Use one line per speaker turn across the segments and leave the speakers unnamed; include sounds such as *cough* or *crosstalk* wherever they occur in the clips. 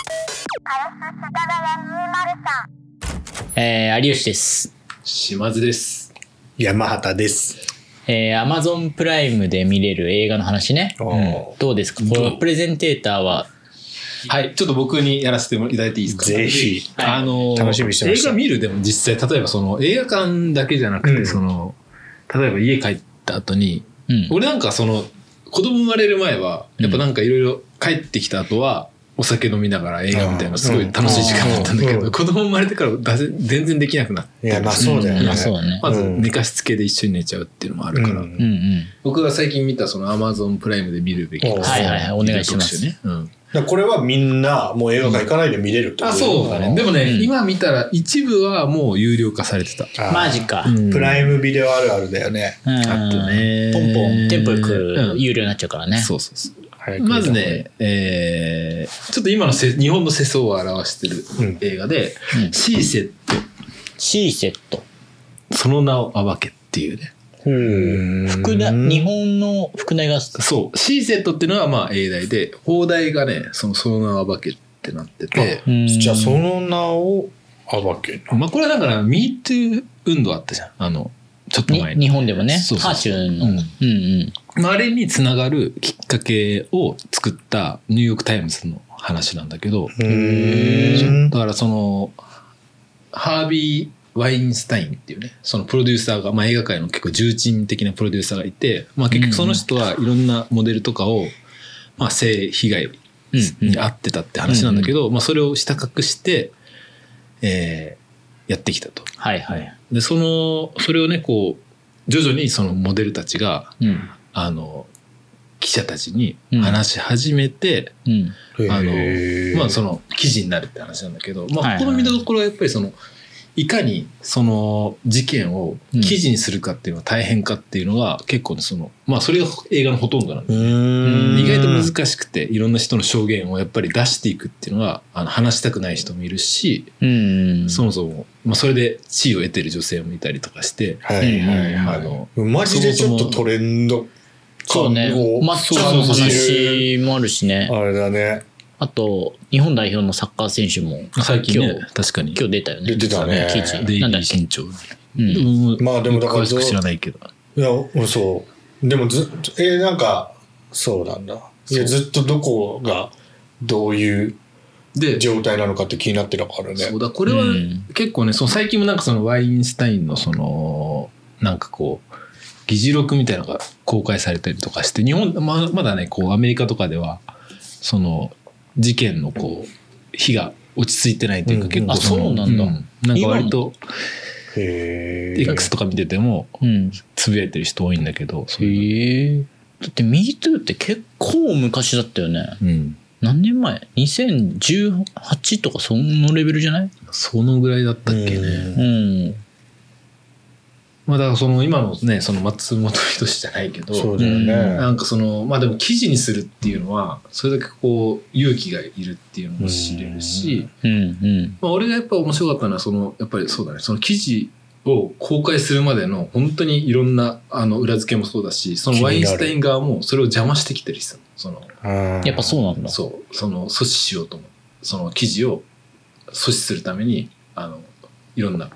カラス世田谷203
えー有吉です。
島津です。
山畑です。
えー、Amazon プライムで見れる映画の話ね。
おー
うんどうですかこのプレゼンテーターは、
はい、ちょっと僕にやらせていただいていいですか
ぜひ。
はいあのー
楽しみにしてました
映画見るでも実際、例えばその映画館だけじゃなくて、
うん
その、例えば家帰った後に、
うん。
俺なんかその、子供生まれる前は、やっぱなんかいろいろ帰ってきた後は、お酒飲みながら映画みたいな、すごい楽しい時間だったんだけ
うんう
ど、
ん
子供生まれてからだぜ全然できなくなって。
いや、まあそうだよ
ん
ね。
まあそうだね。
まず
うん
寝かしつけで一緒に寝ちゃうっていうのもあるから、
うんうん。
僕が最近見たその Amazon プライムで見るべき
おー
はいはいはいお願いします
ね。うん
だからこれはみんな、もう映画館行かないで見れるってこと
あ、そうだね。でもね、
うん
今見たら一部はもう有料化されてた。
あー
マジか。
プライムビデオあるあるだよね。
うん。
あとね
ポンポン、テンポよく
うん
有料になっちゃうからね。
そうそうそう。まずね、えー、ちょっと今のせ日本の世相を表してる
うん
映画で、
うん
シーセッ
シーセット。
ト、その名を暴けっていうね。
うん、
福田、日本の福大が、
そう。シーセットっていうのはまあ英題で、放題がね、そのその名を暴けってなってて、
うん
じゃあその名を暴ける
まあこれはだから、ミートゥー運動あったじゃん。あの、ちょっと
に
前
日
に。
本でもね、
そうそう
ハーチューンの。う
うんん
うん。
まああれにつながるきっかけを作ったニューヨークタイムズの話なんだけど、
うん
だからそのハービー・ワインスタインっていうねそのプロデューサーが、まあ、映画界の結構重鎮的なプロデューサーがいて、まあ、結局その人はいろんなモデルとかを、まあ、性被害
うんうん
に遭ってたって話なんだけど、まあ、それを下隠して、えーやってきたと。
はいはい。
でそのそれをねこう徐々にそのモデルたちが
うん。
あの記者たちに話し始めて、
うん。
あの、まあそ
の、
の記事になるって話なんだけど、
はい
ま
は
あ
い
ここの見どころはやっぱりその、いかにその事件を記事にするかっていうのは大変かっていうのが結構その、まあそれが映画のほとんどなんで、
うん
意外と難しくていろんな人の証言をやっぱり出していくっていうのは、あの話したくない人もいるし、
うん。
そもそも、まあそれで地位を得てる女性もいたりとかして、
はいはい
あ
は
の、
い。マジでちょっとトレンド
そうね
感を。
マッチョの
感じ
話
る
もあるしね。
あれだね。
あと、日本代表のサッカー選手も、
最近ね
今日、
確かに。
今日出たよね。
出てたね
記事
デイリ
なんだっ
ー
け
新潮に。
うん。
うん
まあでもだから
詳しく知らないけど。
いや、俺そう。でもず、えーなんか、そうなんだ。いや、ずっとどこが、どういう
で、
状態なのかって気になってたからね。
そうだこれは
うん
結構ね、その最近もなんかそのワインスタインのそのなんかこう議事録みたいなのが公開されたりとかして日本ままだねこうアメリカとかではその事件のこう火が落ち着いてないというか、
うん
結構の
あそうなんだ
なんか割と
へえ。
X とか見てても
うん。
つぶやいてる人多いんだけどそういう
へえ。だって、MeToo って結構昔だったよね。
うん、
何年前 ?2018 とかそのレベルじゃない
そのぐらいだったっけね。
うん
うん。
まあだからその今のねその松本人志じゃないけど
そうだよ
な
ね。
んかそのまあでも記事にするっていうのはそれだけこう勇気がいるっていうのも知れるし、
うんうん。
まあ、俺がやっぱ面白かったのはそのやっぱりそうだねその記事を公開するまでの本当にいろんなあの裏付けもそうだしそのワインスタイン側もそれを邪魔してきてるしさその
やっぱそう
う
なんだ。
そうその阻止しようと思うその記事を阻止するためにあのいろんな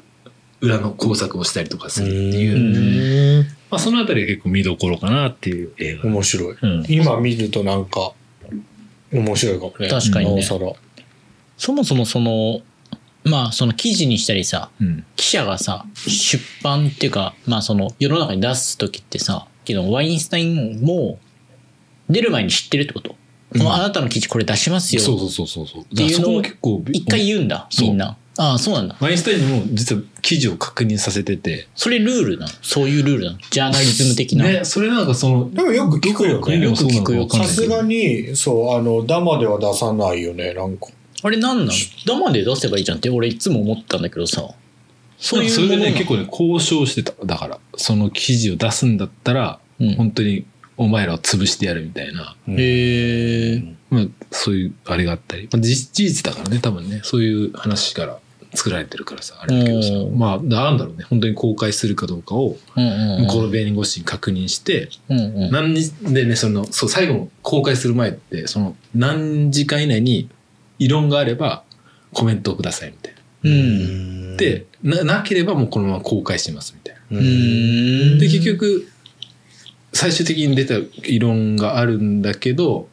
裏の工作をしたりとかするっていう、
うん
ん。
まあ、そのあたりが結構見どころかなっていう映画、
面白い。
うん
今見るとなんか、面白いかもね。
確かにね
なおさら。
そもそもその、まあその記事にしたりさ、
うん
記者がさ、出版っていうか、まあその世の中に出す時ってさ、けどワインスタインも出る前に知ってるってこと。
うん
もうあなたの記事これ出しますよ。
そうそうそうそう。
ていうのを
だからそこも結構び
一回言うんだ、
そう
みんな。ああ、そうなんだ。
ワインスタインにも実は記事を確認させてて。
それルールなのそういうルールなのジャーナリズム的な。
ね、それなんかその、
でもよく聞くよ
どこの国で
ね。
もそうなのかわかん
さ
ないけ
す
ど
がに、そう、あの、ダマでは出さないよね、なんか。
あれなんなのダマで出せばいいじゃんって俺いつも思ったんだけどさ。そういう
それ
も
で
の
ね、
なの
結構ね、交渉してた。だから、その記事を出すんだったら、
うん
本当にお前らを潰してやるみたいな、
へえ。
まあ、そういうあれがあったり。まあ、事事実だからね、多分ね、そういう話から作られてるからさ、あれだけどさ
う、ん
まあ、なんだろうね、本当に公開するかどうかを、
うんうんうん。
向こうの弁護士に確認して、
うんうん。
何日でねそのそう最後の公開する前ってその何時間以内に異論があればコメントをくださいみたいな。
うん。
で、ななければもうこのまま公開しますみたいな。
う
う。ん。
で、結、局、最終的に出た異論があるんだけど、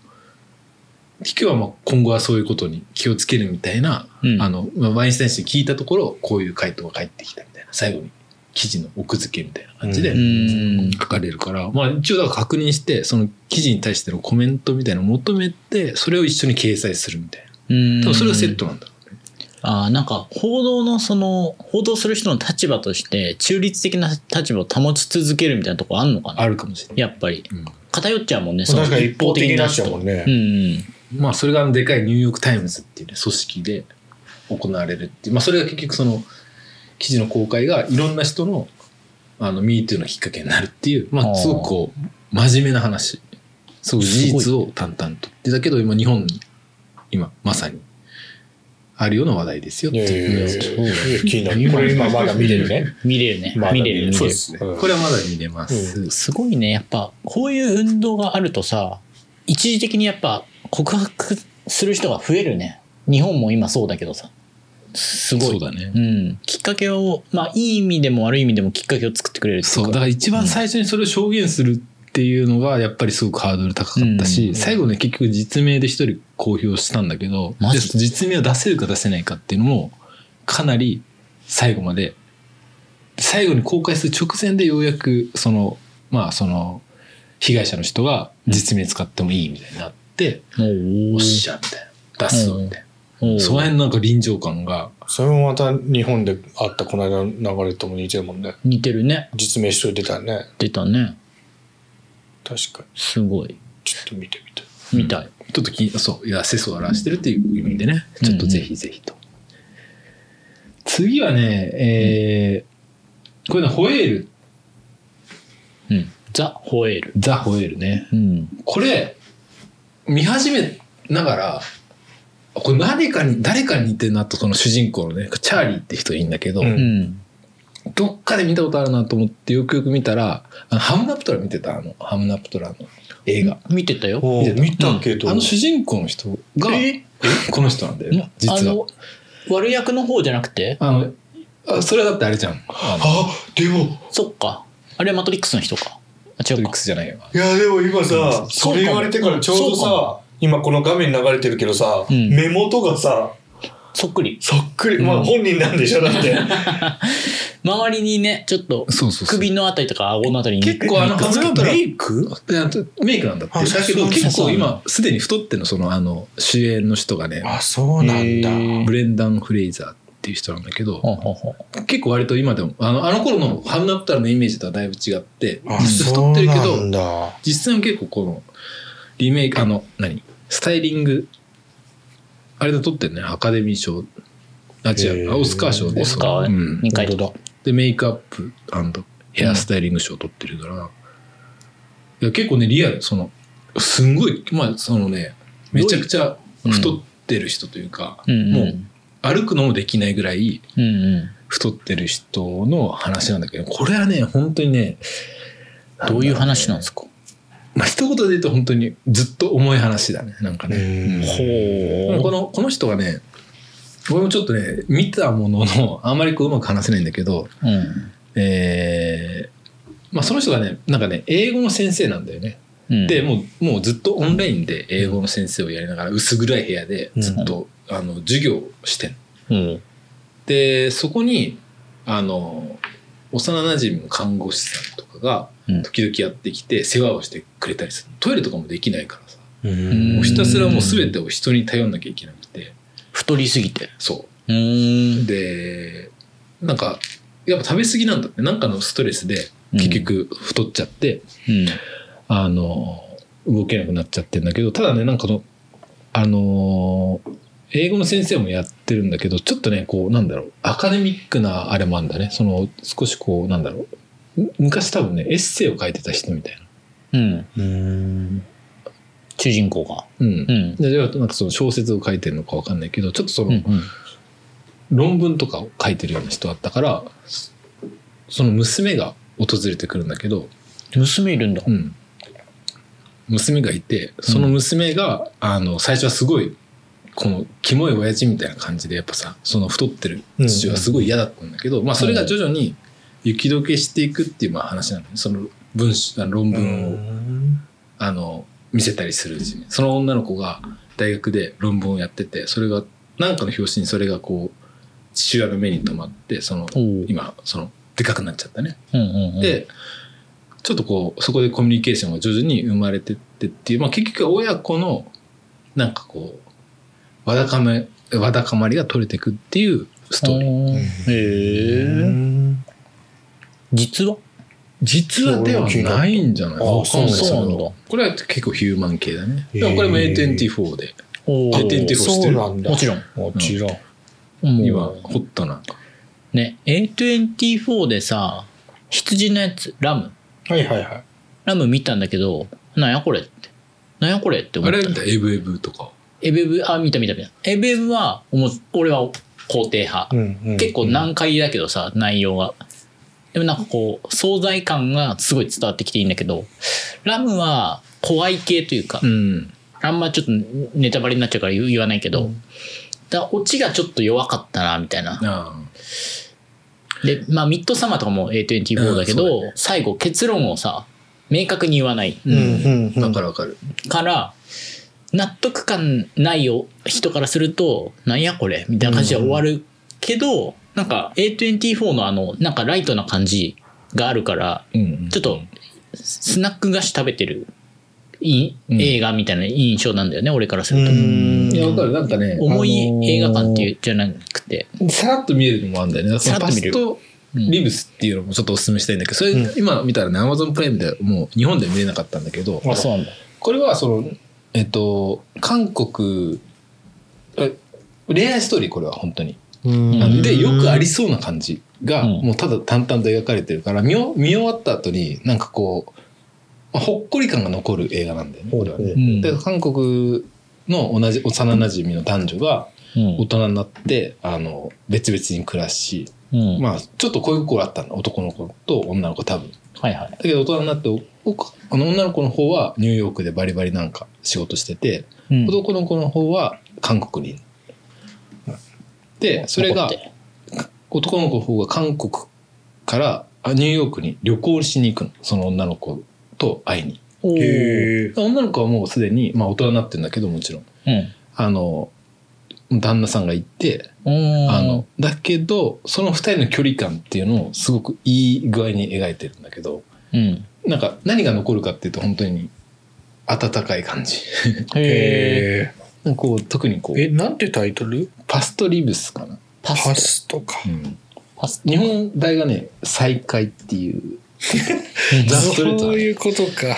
結局はまあ今後はそういうことに気をつけるみたいな、
うん
あの、まあワインスタイン氏に聞いたところ、こういう回答が返ってきたみたいな、最後に記事の奥付けみたいな感じで、
うん。
書かれるから、まあ一応だから確認して、その記事に対してのコメントみたいなのを求めて、それを一緒に掲載するみたいな。
うん。
多分それがセットなんだろうね。
ああ、なんか、報道のその、報道する人の立場として、中立的な立場を保ち続けるみたいなとこあんのかな
あるかもしれない。
やっぱり。
うん
偏っちゃうもんね、その
確かに一方的になっちゃうもんね
う。ん。
まあそれがあのでかいニューヨーク・タイムズっていうね、組織で行われるっていう。まあそれが結局その記事の公開がいろんな人のあの MeToo のきっかけになるっていう、ま
あー
あすごくこう真面目な話。すごく事
す
実
ご
を淡々と。でだけど今日本に今まさにあるような話題ですよっ
い
て
やいやいや
い
いや
う。
いや気になる。これ今まだ見れるね。
見れるね。
まだ
見れる。
見れる
そうですね。
うん
これはまだ見れます。
すごいね。やっぱ、こういう運動があるとさ、一時的にやっぱ、告白する人が増えるね。日本も今そうだけどさ。すごい。
そうだね
うん。きっかけを、まあ、いい意味でも悪い意味でもきっかけを作ってくれるってい
そうう、
か
だから一番最初にそれを証言するっていうのが、やっぱりすごくハードル高かったし、
うん
最後ね、結局実名で一人公表したんだけど、
マ
で
ジ
実名を出せるか出せないかっていうのも、かなり最後まで、最後に公開する直前でようやく、その、まあその、被害者の人が実名使ってもいいみたいになって、
お
おっ
ー
しゃ、みたいな。出すぞみたい
お
な。
ー
その辺のなんか臨場感が、
それもまた日本であったこの間の流れとも似てるもんね。
似てるね。
実名しといてたね。
出たね。
確かに。
すごい。
ちょっと見てみたい。
みたい。
ちょっときそういや世相を表してるっていう意味でねちょっとぜひぜひと、次はねえーこれねホエール
うん。ザ・ホエール。
ザ・ホエールね
うん。
これ見始めながらこれ何かに誰かに似てるなとその主人公のねチャーリーって人いいんだけど、
うん
うん。
どっかで見たことあるなと思ってよくよく見たらあのハムナプトラ見てたあのハムナプトラの映画、
見てたよ。
おー見たけど。
あの主人公の人が
え
この人なんだよ、
ん
ね、実は
あ。の、悪役の方じゃなくて
あの、あそれはだってあれじゃん。あの、
あ、でも、
そっか。あれはマトリックスの人か。あ、違
ト
う
リッ
か
ク。スじゃないよ。
いやでも今さ、それ言われてからちょうど
そうか
さ、今この画面流れてるけどさ、
うん
目元がさ、
そっくり。
そっくり、まあ本人なんでしょ、だって。
周りにね、ちょっと、
そうそうそう
首のあたりとか顎のあたりに。
結構あの、ハムナプトラ
メイク
メイクなんだって。
あそう
だけど
そう
結
そう
構今、すでに太ってんの、その、あの、主演の人がね、
あ、そうなんだ。
へ
ブレンダン・フレイザーっていう人なんだけど、
ほうほうほう
結構割と今でも、あの、あの頃のハムナプトラのイメージとはだいぶ違って、
あ、
実質
そ
太
う
ってるけ
なん
ど、
だ。
実際は結構この、リメイク、あの、何スタイリング、あれで撮ってんね、アカデミー賞。あ、違
へ
う、
ー
あオスカー賞で
オスカー
うん
二回
本当だ
で、メイクアップヘアスタイリング賞を取ってるから、いや結構ね、リアル、その、すんごい、まあ、そのね、めちゃくちゃ太ってる人というか、
うん
もう歩くのもできないぐらい
うんうん。
太ってる人の話なんだけど、これはね、本当にね、
どういう話なんです
か、
すか
まあ、一言で言うと本当にずっと重い話だね、なんか
う
ね。
ん
うんこ
ほう。
のこの人がね俺もちょっとね見たもののあんまりこううまく話せないんだけど、
うん。
えーまあ、その人がねなんかね英語の先生なんだよね、
うん
でもうもうずっとオンラインで英語の先生をやりながら薄暗い部屋でずっと、あの授業をしてんの
うん。
でそこにあの幼なじみの看護師さんとかが
うん
時々やってきて世話をしてくれたりするトイレとかもできないからさ
うん
もうひたすらもう全てを人に頼んなきゃいけなくて
太りすぎて。
そう
うーん。
でなんかやっぱ食べ過ぎなんだってなんかのストレスで結局太っちゃって、
うん。
あの動けなくなっちゃってんだけどただねなんかのあの英語の先生もやってるんだけどちょっとねこうなんだろうアカデミックなあれもあんだねその少しこうなんだろうむ昔多分ねエッセイを書いてた人みたいな。
うん。
うん
主人公が。
うん
うん。
でじゃあなんかその小説を書いてるのかわかんないけどちょっとその、
うんうん。
論文とかを書いてるような人だったからそその娘が訪れてくるんだけど、
娘いるんだ。
うん娘がいてその娘が、あの最初はすごいこのキモい親父みたいな感じでやっぱさその太ってる父はすごい嫌だったんだけど、まあ、それが徐々に雪解けしていくっていうまあ話なのねその文章あの論文を、あの見せたりするうちにその女の子が大学で論文をやっててそれがなんかの表紙にそれがこう父親の目に留まってその
おう
今そのでかくなっちゃったね
うんうんうん、
でちょっとこうそこでコミュニケーションが徐々に生まれてってっていう、まあ、結局は親子のなんかこうわだかめわだかまりが取れていくっていうストーリー。
へえ実は
実はではないんじゃない
ああ
わかんない
そうなんだ
けどこれは結構ヒューマン系だね。
へえ
でもこれも A24 で。
お
出てん
ー
てこし
そ
て
う
る
なんだ
もちろん
もちろん
も
今
う
ホットな。
ね A24 でさ羊のやつラム
はいはいはい
ラム見たんだけどなんやこれってなんやこれって思
あ
っ
れ
た
みたいエブエブとか。
エベブあ見た見た見たエベブはおも俺は肯定派、結構難解だけどさ、内容がでもなんかこう存在感がすごい伝わってきていいんだけどラムは怖い系というか、
うん。
あんまちょっとネタバレになっちゃうから言う言わないけど、だからオチがちょっと弱かったなみたいな
あ
でまあミッドサマーとかも A24 だけど、
うんそうだね
最後結論をさ明確に言わない
あ。
うんうん
わかるわかる。
から納得感ないよ人からするとなんやこれみたいな感じで終わるけど、なんか A24 のあのなんかライトな感じがあるから
うん
ちょっとスナック菓子食べてるい
うん
映画みたいな印象なんだよね、俺からすると。
うん
いや、わかる。なんかね、
重い映画館っていうじゃなくて、
さらっと見えるのもあるんだよね。その
さら
パ
っと見れ
ス
る
ト
うん
リブスっていうのもちょっとおすすめしたいんだけど、それ
う
今見たらね、Amazon プライムでもう日本では見れなかったんだけど、
あそうなんだ
これはその、えっと、韓国、え恋愛ストーリー、これは本当に。
うん
うん
で、よくありそうな感じが、
うん
もうただ淡々と描かれてるから、見お見終わった後に、なんかこう、ほっこり感が残る映画なんだよね、これはね。
うん
で、韓国の同じ幼馴染の男女が
うん
大人になって、あの、別々に暮らし、
うん
まあ、ちょっと恋心あったの、男の子と女の子多分。
はいはい
だけど大人になって、おあの女の子の方はニューヨークでバリバリなんか仕事してて、
うん
男の子の方は韓国に。で、それ
残
が
って
男の子の方が韓国からあニューヨークに旅行しに行くの。その女の子と会いに。
おー
へえ
女の子はもうすでに、まあ大人になってるんだけどもちろん。
うん
あの、旦那さんがいて、あの、だけど、その二人の距離感っていうのをすごくいい具合に描いてるんだけど、
うん
なんか何が残るかっていうと本当に温かい感じ。
へえ
へ
こう、特にこ
ええ
う、
なんてタイトル
パストリブスかな。
パ
パ
ス
スとか
パス
日本大がね再開っていう
うん
ザストレートだ
そう
ね
いうことか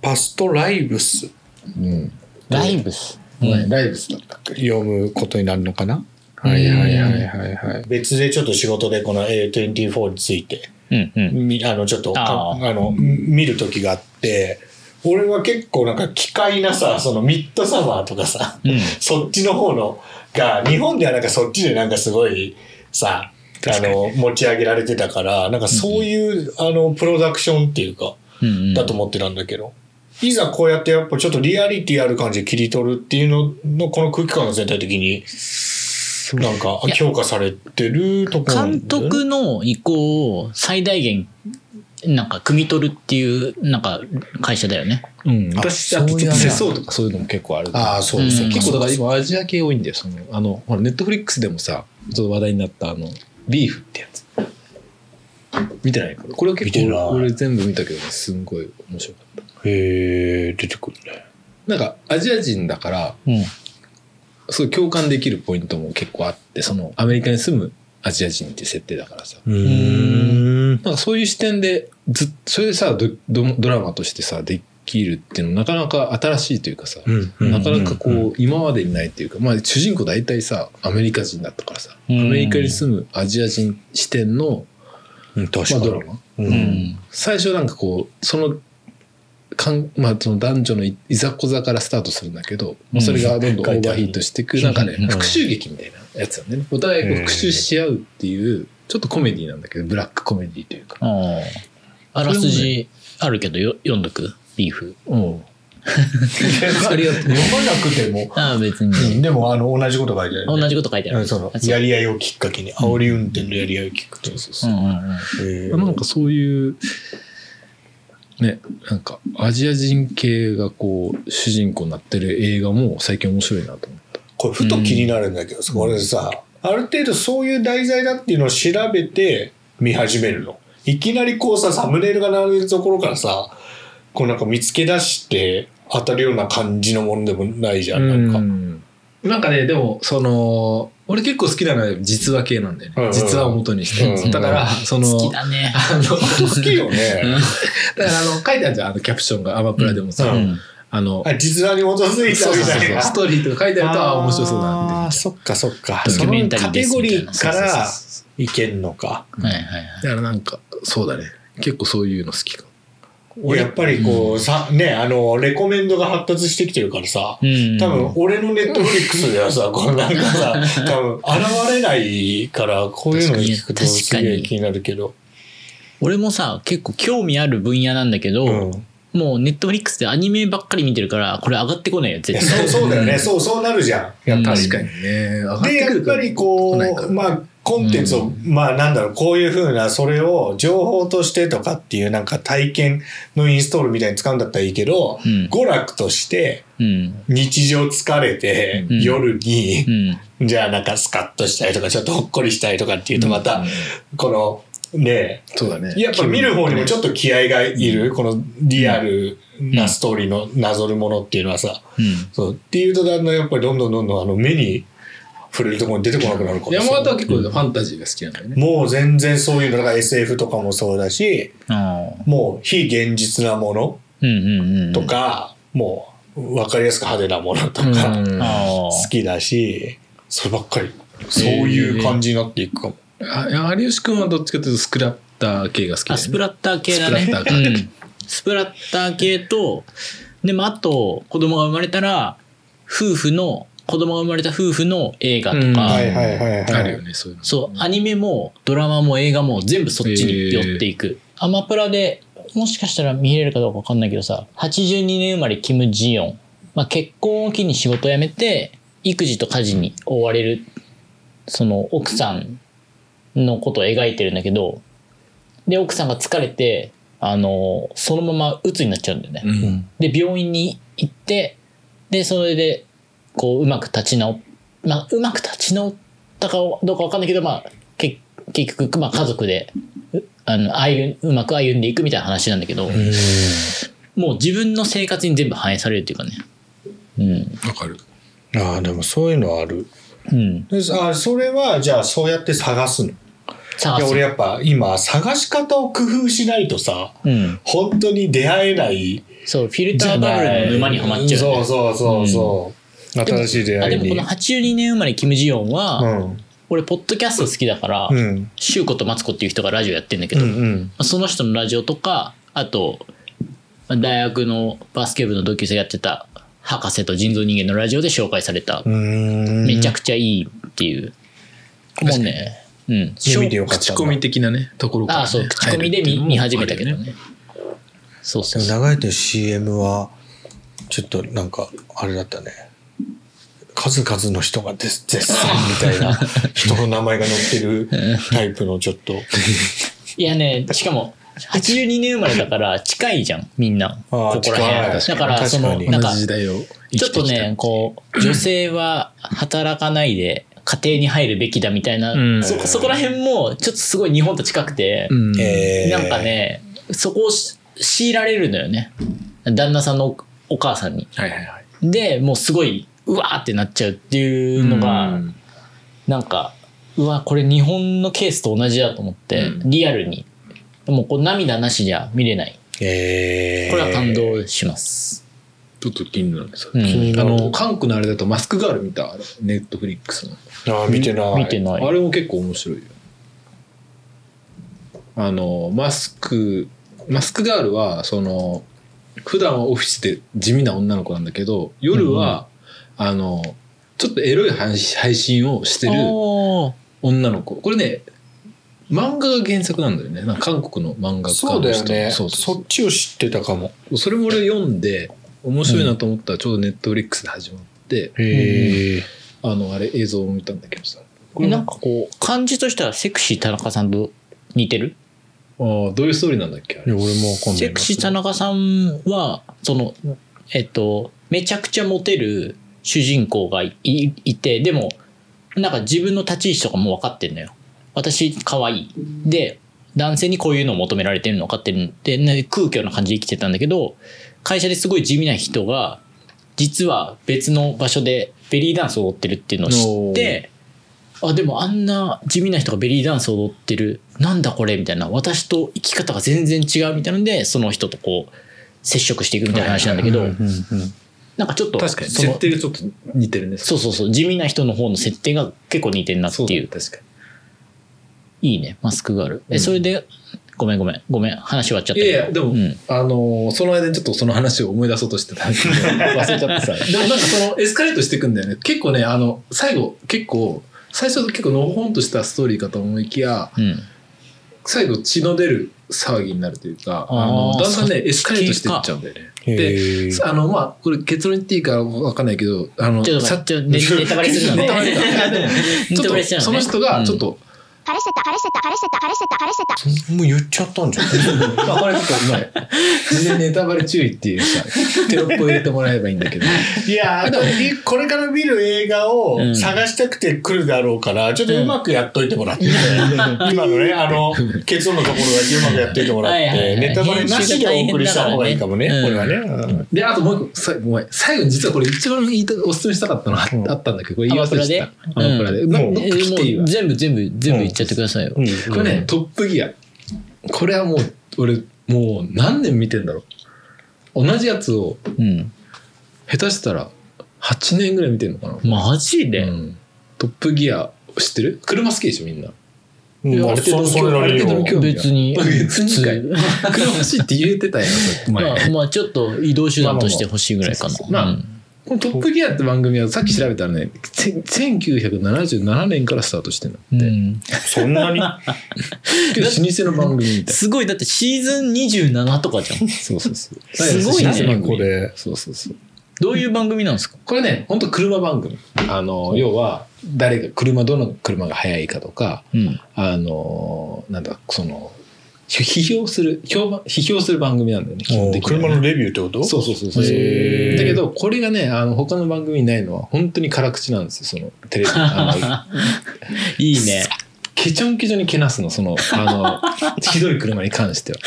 パストライブス
うん
ライブス
ごめ
うん
んライブスだった
読むことになるのかな
うん
はいはいはいはいはい
別でちょっと仕事でこの A24 について、
うんうん
みあの、ちょっとか
あ
あ
ー
の、見る時があって、俺は結構なんか機械なさ、そのミッドサマーとかさ、
うん
そっちの方のが、日本ではなんかそっちでなんかすごいさ、あの、持ち上げられてたから、なんかそういう、あの、プロダクションっていうか、
うんうん
だと思ってたんだけど、いざこうやってやっぱちょっとリアリティある感じで切り取るっていうのの、この空気感が全体的になんか
いや
評価されてるところ
監督の意向を最大限なんか汲み取るっていうなんか会社だよね
うん
あ
私あとちょっと世
そういうあれ
相とかそういうのも結構ある
ああそうう
そ
そうう
結構だから今アジア系多いんだよそのあのほらネットフリックスでもさちょっと話題になったあのビーフってやつ見てないこれこれは結
見てない
構俺全部見たけどねすんごい面白かっ
へえ出てくるね
たなんかアジア人だから
うん
すごい共感できるポイントも結構あってそのアメリカに住むアジア人って設定だからさ
う
ー
ん
なんかそういう視点でずっそれでさドドドラマとしてさできるっていうのなかなか新しいというかさ、なかなかこう、今までにないっていうか、まあ、主人公大体さアメリカ人だったからさ、
うん
アメリカに住むアジア人視点の、
うん確
ま
か
あ、
に
ドラマ
う
うんん
最初なんかこうそのかん、まあ、その男女のいいざこざからスタートするんだけど、まあそれがどんどんオーバーヒートしていく
うん
なんかね、
うん
復讐劇みたいなやつだねお互いこう復讐し合うっていうちょっとコメディなんだけどブラックコメディというか。
あーあらすじあるけどよ読んどくビーフ
うん
それを *laughs* 読まなくても。
*laughs* ああ、別に。
うんでも、あの、同じこと書いてあるね、
同じこと書いてあ
うん
る。
その
あ、そう
やり合いをきっかけに、煽り運転のやり合いをきっかけ
う
に。
んうんうん。
えー
なんかそういう、ね、なんかアジア人系がこう、主人公になってる映画も最近面白いなと思って。
これ、ふと気になるんだけどさ、俺さ、ある程度そういう題材だっていうのを調べて見始めるの。いきなりこうさ、サムネイルが並んでるところからさ、こうなんか見つけ出して当たるような感じのものでもないじゃん、なんか。
んなんかね、でも、その、俺結構好きなのは実話系なんだよ
うんうん
ね。実話を元にし
う
て。
ん
だから、その、
好きだね。
あの、
本当好きよね。
*laughs* だからあの、書いてあるじゃん、あのキャプションが、アマプラでもさ、
うん
うん
あの、
あ実話に基づいた
そうそう
み
そう
たいな。
ストーリーとか書いてあると、あー面白そうだなっ
あーそっかそっか。
ドキ
そ
ュメ
の
ンタリ
カ
ーで
テ
す
ゴ
みたい
リ
な
ーからいけんのか。
はいはいはい。
て。だからなんか、そうだね。結構そういうの好きかも。
俺やっぱりこう、さ、ね、あの、レコメンドが発達してきてるからさ、
うん
多分俺のネットフリックスではさ、こうなんかさ、多分現れないから、こういうの聞くと
確
す
かに
げえ気になるけど。
俺もさ結構興味ある分野なんだけど、
うん
もうネットフリックスでアニメばっかり見てるからこれ上がってこないよ
いや
絶
そうそうだよね。そう、そうなるじゃん。やっぱり。
確かにね。上がっ
で、
て
や
く
っ
るか
ぱ
ら
りこ
来ないから
う、まあ、コンテンツを、まあ、なんだろう、こういうふうな、それを情報としてとかっていう、なんか体験のインストールみたいに使うんだったらいいけど、
うん
娯楽として、
対うん
日常疲れて、
うん
夜に
う、ん
じゃあなんかスカッとしたりとか、ちょっとほっこりしたりとかっていうと、また、この、ね
そうだね。
やっぱ見る方にもちょっと気合がいる、このリアルなストーリーのなぞるものっていうのはさ、
うん
そうっていうとだんだんやっぱりどんどんどんどんあの目に触れるところに出てこなくなるから
山形は結構ファンタジーが好きなんだよね。
もう全然そういうのだから SF とかもそうだし
ああ
もう非現実なもの
うんうんうん
とか、もう分かりやすく派手なものとか、
うん
ああ
好きだしそればっかりそういう感じになっていくかも、
あ有吉君はどっちかというとスクラッター系が好きだ
あ
よね。
スプラッター系だね
スプラッター
うんスプラッター系とでもあと子供が生まれたら夫婦の子供が生まれた夫婦の映画とか、
うん
はいはいはいはい
あるよね、そういうの。
そう、アニメもドラマも映画も全部そっちに寄っていく。アマプラで、もしかしたら見れるかどうかわかんないけどさ、82年生まれキム・ジヨン。まあ、結婚を機に仕事を辞めて、育児と家事に追われる、その奥さんのことを描いてるんだけど、で、奥さんが疲れて、あの、そのまま鬱になっちゃうんだよね。
うん。
で病院に行ってでそれでこううまく立ち直っまあうまく立ち直ったかどうかわかんないけどまあけ結局、まあ、家族でうあの歩うまく歩んでいくみたいな話なんだけど、もう自分の生活に全部反映されるっていうかねう
わかる。
ああでもそういうのある
んうん
であそれはじゃあそうやって探すのい
探
や
す
俺やっぱ今探し方を工夫しないとさ
うん
本当に出会えない
そうフィルターバブルの沼にはまっちゃうよね、
そうそうそうそう、新しい出
あ
会
で
い
もこ
に
の82年生まれキム・ジヨンは、
うん
俺ポッドキャスト好きだから、
うん
シュウコとマツコっていう人がラジオやってんだけ
う
ど、
んうん
まあその人のラジオとかあとまあ大学のバスケ部の同級生がやってた博士と人造人間のラジオで紹介された、
うん
めちゃくちゃいいっていう、もうね、うん、
いや見てよかった
口コミ的なね、ところから、ね。
あそう口コミで
入るってい
見
うのも
見始めたけど
あるよ
ねそうそ
で
うそう
も流れてる CM はちょっとなんかあれだったね数々の人が絶絶賛みたい *laughs* な人の名前が載ってるタイプのちょっと
いやねしかも82年生まれだから近いじゃんみんな
あー
ここら辺
近
だ
い
からその
確かに
なん
同
か
じ時代を生
ちょ
きて
っ
きた
とね、こう、女性は働かないで家庭に入るべきだみたいな、
うん
そそこら辺も、ちょっとすごい日本と近くて、
うん
えー
なんかね、そこをし強いられるのよね。旦那さんのおお母さんに。
はいはいはい。
で、もうすごい、うわーってなっちゃうっていうのが、
うん
なんか、うわ、これ日本のケースと同じだと思って、
うん
リアルに。もうこう涙なしじゃ見れない。
えー
これは感動します。
ちょっと気になるんですよ。
うん
あの、韓国のあれだとマスクガール見たネットフリックスの。
あー見てない
見てない。
あれも結構面白いよ。あの、マスク、マスクガールは、その、普段はオフィスで地味な女の子なんだけど、夜は、あの、ちょっとエロい配信配信をしてる
おー
女の子。これね、漫画が原作なんだよね。なんか韓国の漫画家の人。
そうだよね
そうそうそう
そっちを知ってたかも
それも俺読んで面白いなと思ったらちょうどネットフリックスで始まって、
へ
え。
あの、あれ映像を見たんだけどさ。
これなんかこう感じとしてはセクシー田中さんと似てる
ああ、どういうストーリーなんだっけあ
い
れ
や、俺もわかんないな。
セクシー田中さんはそのえっとめちゃくちゃモテる主人公がいいいてでもなんか自分の立ち位置とかも分かってんのよ私可愛いで男性にこういうのを求められてるの分かってるんでね空虚な感じで生きてたんだけど会社ですごい地味な人が実は別の場所でベリーダンスを踊ってるっていうのを知ってあでもあんな地味な人がベリーダンスを踊ってるなんだこれみたいな私と生き方が全然違うみたいなのでその人とこう接触していくみたいな話なんだけど、
うんうん
なんかちょっと
確かに、
その
設定がちょっと似てるね。
そうそうそう地味な人の方の設定が結構似てんなって
そうだ
い
ね
う
確かに。
いいねマスクがある
う
え
ん
それでごめんごめんごめん話終わっちゃった
い
け
や
ど
いや、でも、
うん
あのーその間にちょっとその話を思い出そうとしてたんだけど、忘れちゃってさ。 *laughs* でもなんかそのエスカレートしていくんだよね。結構ね、あの、最後、結構、最初結構のほほんとしたストーリーかと思いきや、
うん
最後血の出る騒ぎになるというか、
あー
あのだんだ
そっ
んね、
ち
エスカレートしていっちゃうんだよね。で、
へー
あの、まあ、これ結論言っていいかわかんないけど、あの、
ちょっと
さ
待ってちょっとネネタバレするの
*laughs* ネタバレ
ね
かちょっ
*laughs* ネタバレしちゃう
と、
のね
その人が、ちょっと、
彼氏だ彼氏だ彼氏だ彼氏だ彼氏だ
もう言っちゃったんじゃん。
まあ、これちょっとうまい。事前ネタバレ注意っていうさ、テロップを入れてもらえばいいんだけど。
いやー、これこれから見る映画
う
を
ん
探したくて来るだろうから、ちょっとうまくやっといてもらって、今のね、あ *laughs* の、結論のところだけうまくやっといてもらっ
はいはいは
て、
い
ネタバレなしでお送りした方がいいかもね、
うん
これはね。うん
で、あともう一個、さごめん最後に実はこれ一番言いたお勧めしたかったのあ,、
うん
あったんだけど、これ言い忘れてた。
アマプラで
アマプラで。
うん
もう、
え
もう来ていい
も
わ
う。全部全部全部言っちゃってくださいよ、
これね、トップギア。これはもう、俺、もう何年見てんだろう。同じやつを、
うん、
下手したら、8年ぐらい見てんのかな。
マジで、
うんトップギア、知ってる車好きでしょ、みんな。
うん
いや
ある程度
そ
それなり
ある程
よ
度の興味が
別
*laughs*
に
別にかい
普
車欲しいって言えてたやん、さ
*laughs*
前
まあ、まあちょっと移動手段として欲しいぐらいかな
まあまあまあこの「トップギア」って番組はさっき調べたらねせ1977年からスタートしてるんだ
う
っ
ん
て、
うん
そんなに
けど老舗の番組
*laughs*
みたい
すごいだってシーズン27とかじゃん
そうそうそう
すごいね
老舗の番組
*laughs* これ
そうそうそう
どういう番組なんですか
これね本当車番組あの要は誰が車どの車が速いかとか
うん
あのなんだその批評する評判批評する番組なんだよね基本的にはね
車のレビューってこと
そうそうそうそう
へー
だけどこれがねあの他の番組にないのは本当に辛口なんですよそのテレビあの
*laughs* いいね
ケチョンケチョンにけなすの、
*laughs*
その、あの、ひどい車に関しては。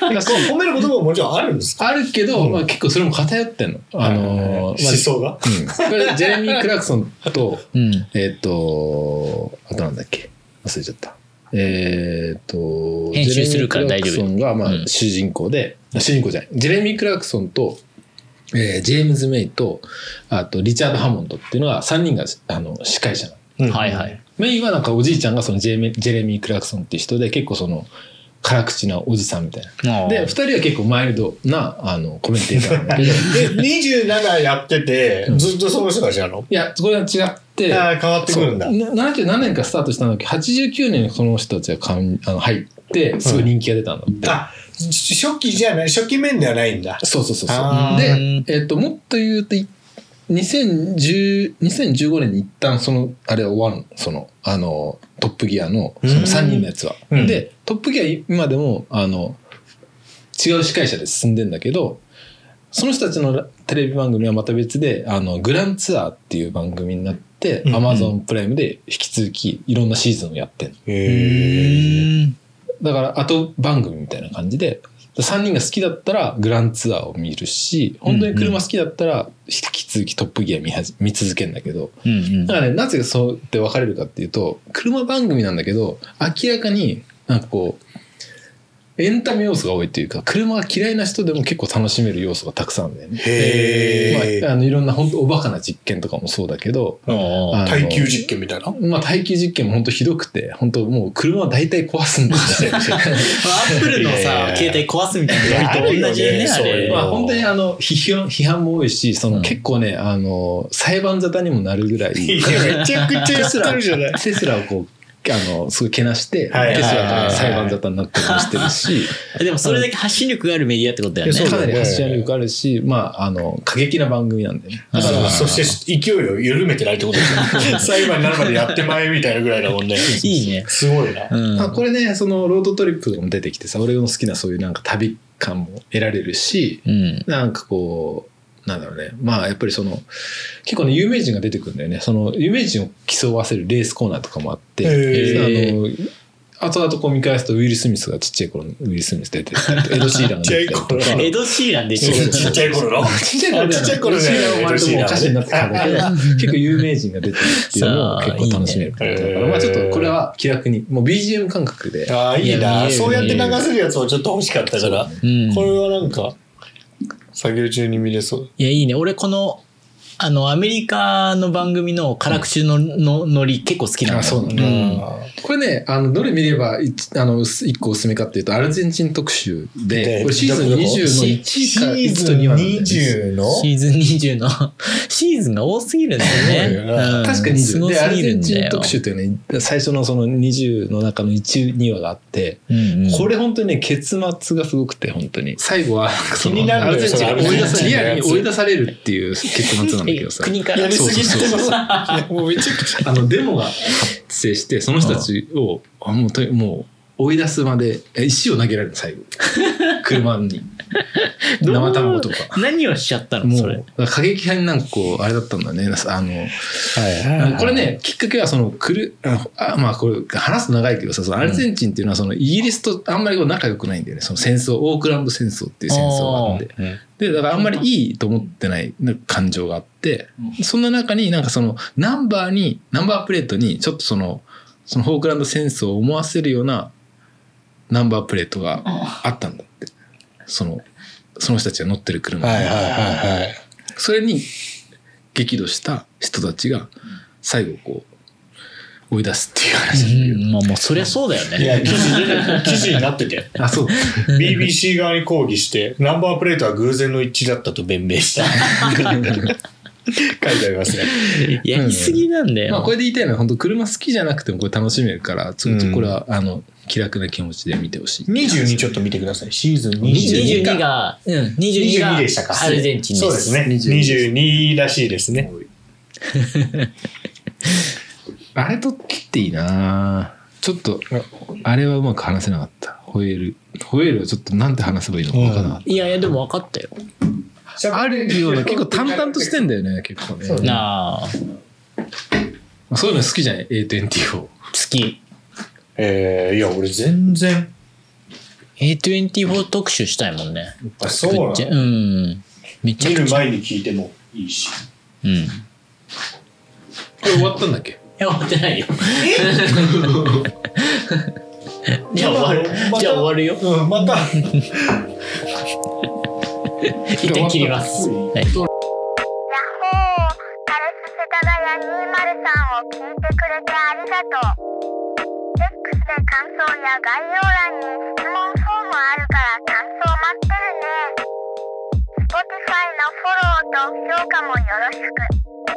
だからそう
褒める言葉ももちろんあるんですか
あるけど、
うん
まあ、結構それも偏ってんの。あの
思
ー、まあ
想が。
うんこれジェレミー・クラクソンと、
うん
えっ、と、あとなんだっけ忘れちゃった。えっ、と、
編集するから大丈夫
ジェレミー・クラクソンが、
う
まあ、
ん
主人公で、あ主人公じゃない。ジェレミー・クラクソンと、えージェームズ・メイと、あと、リチャード・ハモンドっていうのが、3人が、あの、司会者なの
はいはい
メインはなんかおじいちゃんがそのジェレミジェレミー・クラクソンっていう人で結構その辛口なおじさんみたいな。で、二人は結構マイルドなあのコメンテーターなんだけど。い
で、27やってて、ずっとその人がしなの
や、そこれは違って、
ああ、変わってく
そう
るんだ。
な77年からスタートしたんだけど、89年にその人たちがかんあの入って、すごい人気が出たんだって。
あ、初期じゃない、初期面ではないんだ。
そうそうそう
あ
そう。
ー
で、えっ、と、もっと言うと、い2010 2015年に一旦その、あれは終わるのその、あの、トップギアの、その
うん
3人のやつは。
うん
で、トップギア今でも、あの、違う司会者で進んでんだけど、その人たちのテレビ番組はまた別で、あの、グランツアーっていう番組になって、
うんうん
Amazon プライムで引き続きいろんなシーズンをやってんの
え。
だから後番組みたいな感じで3人が好きだったらグランツアーを見るし本当に車好きだったら引き続きトップギア見はじ見続けるんだけど
うんうん
だからねなぜそうやって分かれるかっていうと車番組なんだけど明らかになんかこうエンタメ要素が多いというか車が嫌いな人でも結構楽しめる要素がたくさんあるんだよね。
へ
ま
え。
あ、あのいろんな本当おバカな実験とかもそうだけど
あ
あの
耐久実験みたいな。
まあ耐久実験も本当ひどくて本当もう車は大体壊すんだよ
*laughs*
ね。
ップルの
いやい
さ
や
携帯壊すみたいなノリと同じ
い
ね
やあ
あ
るよねそういう
れ
の
まあ、
おー
本当にあの批判批判も多いしその、
うん
結構ねあの裁判沙汰にもなるぐらい *laughs*
*laughs*
いやめちゃくちゃやってるじゃない。
テスラをこうあの、すごいけなして、
はいはいはい
テスラが裁判沙汰になったりもしてる
*laughs*
し、
でもそれだけ発信力があるメディアってことだよね
いやそ
か
う
なり
だね
発信力あるし、まあ、あの、過激な番組なんだよね。
だから、そして勢いを緩めてないってことです
*laughs*
よ。裁判になるまでやってまえみたいなぐらいだもんね。
いいね
すごいな。
うん
まあ、これね、そのロードトリップとかも出てきてさ、俺の好きなそういうなんか旅感も得られるし、
うん
なんかこう、なんだろうね。まあやっぱりその、結構ね、有名人が出てくるんだよね。その、有名人を競わせるレースコーナーとかもあって、
へ
あの、後々こう見返すとウィル・スミスがちっちゃい頃のウィル・スミス出てたりとか、エド・シーランが出てたりと
ちっち
*laughs*
ゃ
か。
エド・シーランでしょ
そう
ちっちゃい頃の。
ちっちゃい頃
あ
じゃな
ちっ
い
ちゃい頃ね
エドシーランは割ともうお菓子になってたんだけど、結構有名人が出てるっていうのも結構楽しめる感じだか
そういい
ら、
ね
まあちょっとこれは気楽に、もう BGM 感覚で。
ああ、いい
いや見え
な。
る
そうやって流せるやつもちょっと欲しかったから。
うん
これはなんか、作業中に見れそう。
いや、いいね。俺、この、あの、アメリカの番組の辛口の、の、ノリ結構好きなん
あ
だ
そうなんだこれね、あの、どれ見れば一、あの、一個おすすめかっていうと、アルゼンチン特集で、
で
これシーズン20
ど
の
こ
1か
シー
1と
ズン
2話なんだよね。
20の
シーズン20の、シーズンが多すぎるんだよね
すごいよな。
うん
確か
す
20
ご
ですアル
ぎ
ゼ
る
ン
ん
チン
だよ
特。集というのは最初のその20の中の12話があって、
うんうん
これ本当にね結末がすごくて本当に最後 *laughs* はその
気になる
ア
よ
ルゼンチンが
その
追い出
アルゼ
さ
ンチン
リ
のやつ
アルに追い出されるっていう結末なんだけど
え *laughs*
さ
国から
やりすぎてます。いやもうめちゃくちゃ。
*laughs* あのデモが発生してその人たちをあもうともう追い出すまでえ石を投げられる最
*laughs*
後車に
どう
生卵とか。
何をしちゃったの
も
それ
う。過激派になんかこうあれだったんだねあの
は
これねきっかけはそのくるああまあこれ話すと長いけどさそのアルゼンチンっていうのはそのイギリスとあんまりこう仲良くないんだよねその戦争オークランド戦争っていう戦争があってでだからあんまりいいと思ってないなんか感情があって、そんな中になんかそのナンバーにナンバープレートにちょっとそのそのフォークランド戦争を思わせるようなナンバープレートがあったんだってそのその人たちが乗ってる車に、
はいはいはいはい。
それに激怒した人たちが最後こう追い出すっていう話なんだけど、
うんまあもうそりゃそうだよ
い
ね。
や、記事出て記事になってて。
あそう
BBC 側に抗議して、ナンバープレートは偶然の一致だったと弁明した。書いてありますね。
やりすぎなんだ
まあこ
よ。
れで言いたいのは本当車好きじゃなくてもこれ楽しめるからちょっとこれは、あの気楽な気持ちで見てほしい
22ちょっと見てください。シーズン22
22
か。
が、うん、22
22でしたか。
がアルゼンチンです。
そうですね。22らしいですね。
あれと切っていいなちょっと、あれはうまく話せなかった。ホエール。ホエールはちょっとなんて話せばいいのか分からなかっ
いやいや、でも分かったよ。
た。あるような、結構淡々としてんだよね、結構ね。そう
なあ、好
そういうの好きじゃない ?A24。を
き。
えー、いや、俺全然。
A24 特集したいもんね。
あ、そうな
めっ
の
ちゃうん。めちゃ
見
く
る
ちゃ。
前に聞いてもいいし。
うん。い
これ終わったんだっけ
や、終わってないよ。 *laughs* じゃあ終わる。
また
じゃあ終わるよ。
うん、また。
*laughs* 一旦切ります。はい。
ヤッホーカルス世田谷203を聞いてくれてありがとう X で感想や概要欄に質問フォームあるから感想待ってるね Spotify のフォローと評価もよろしく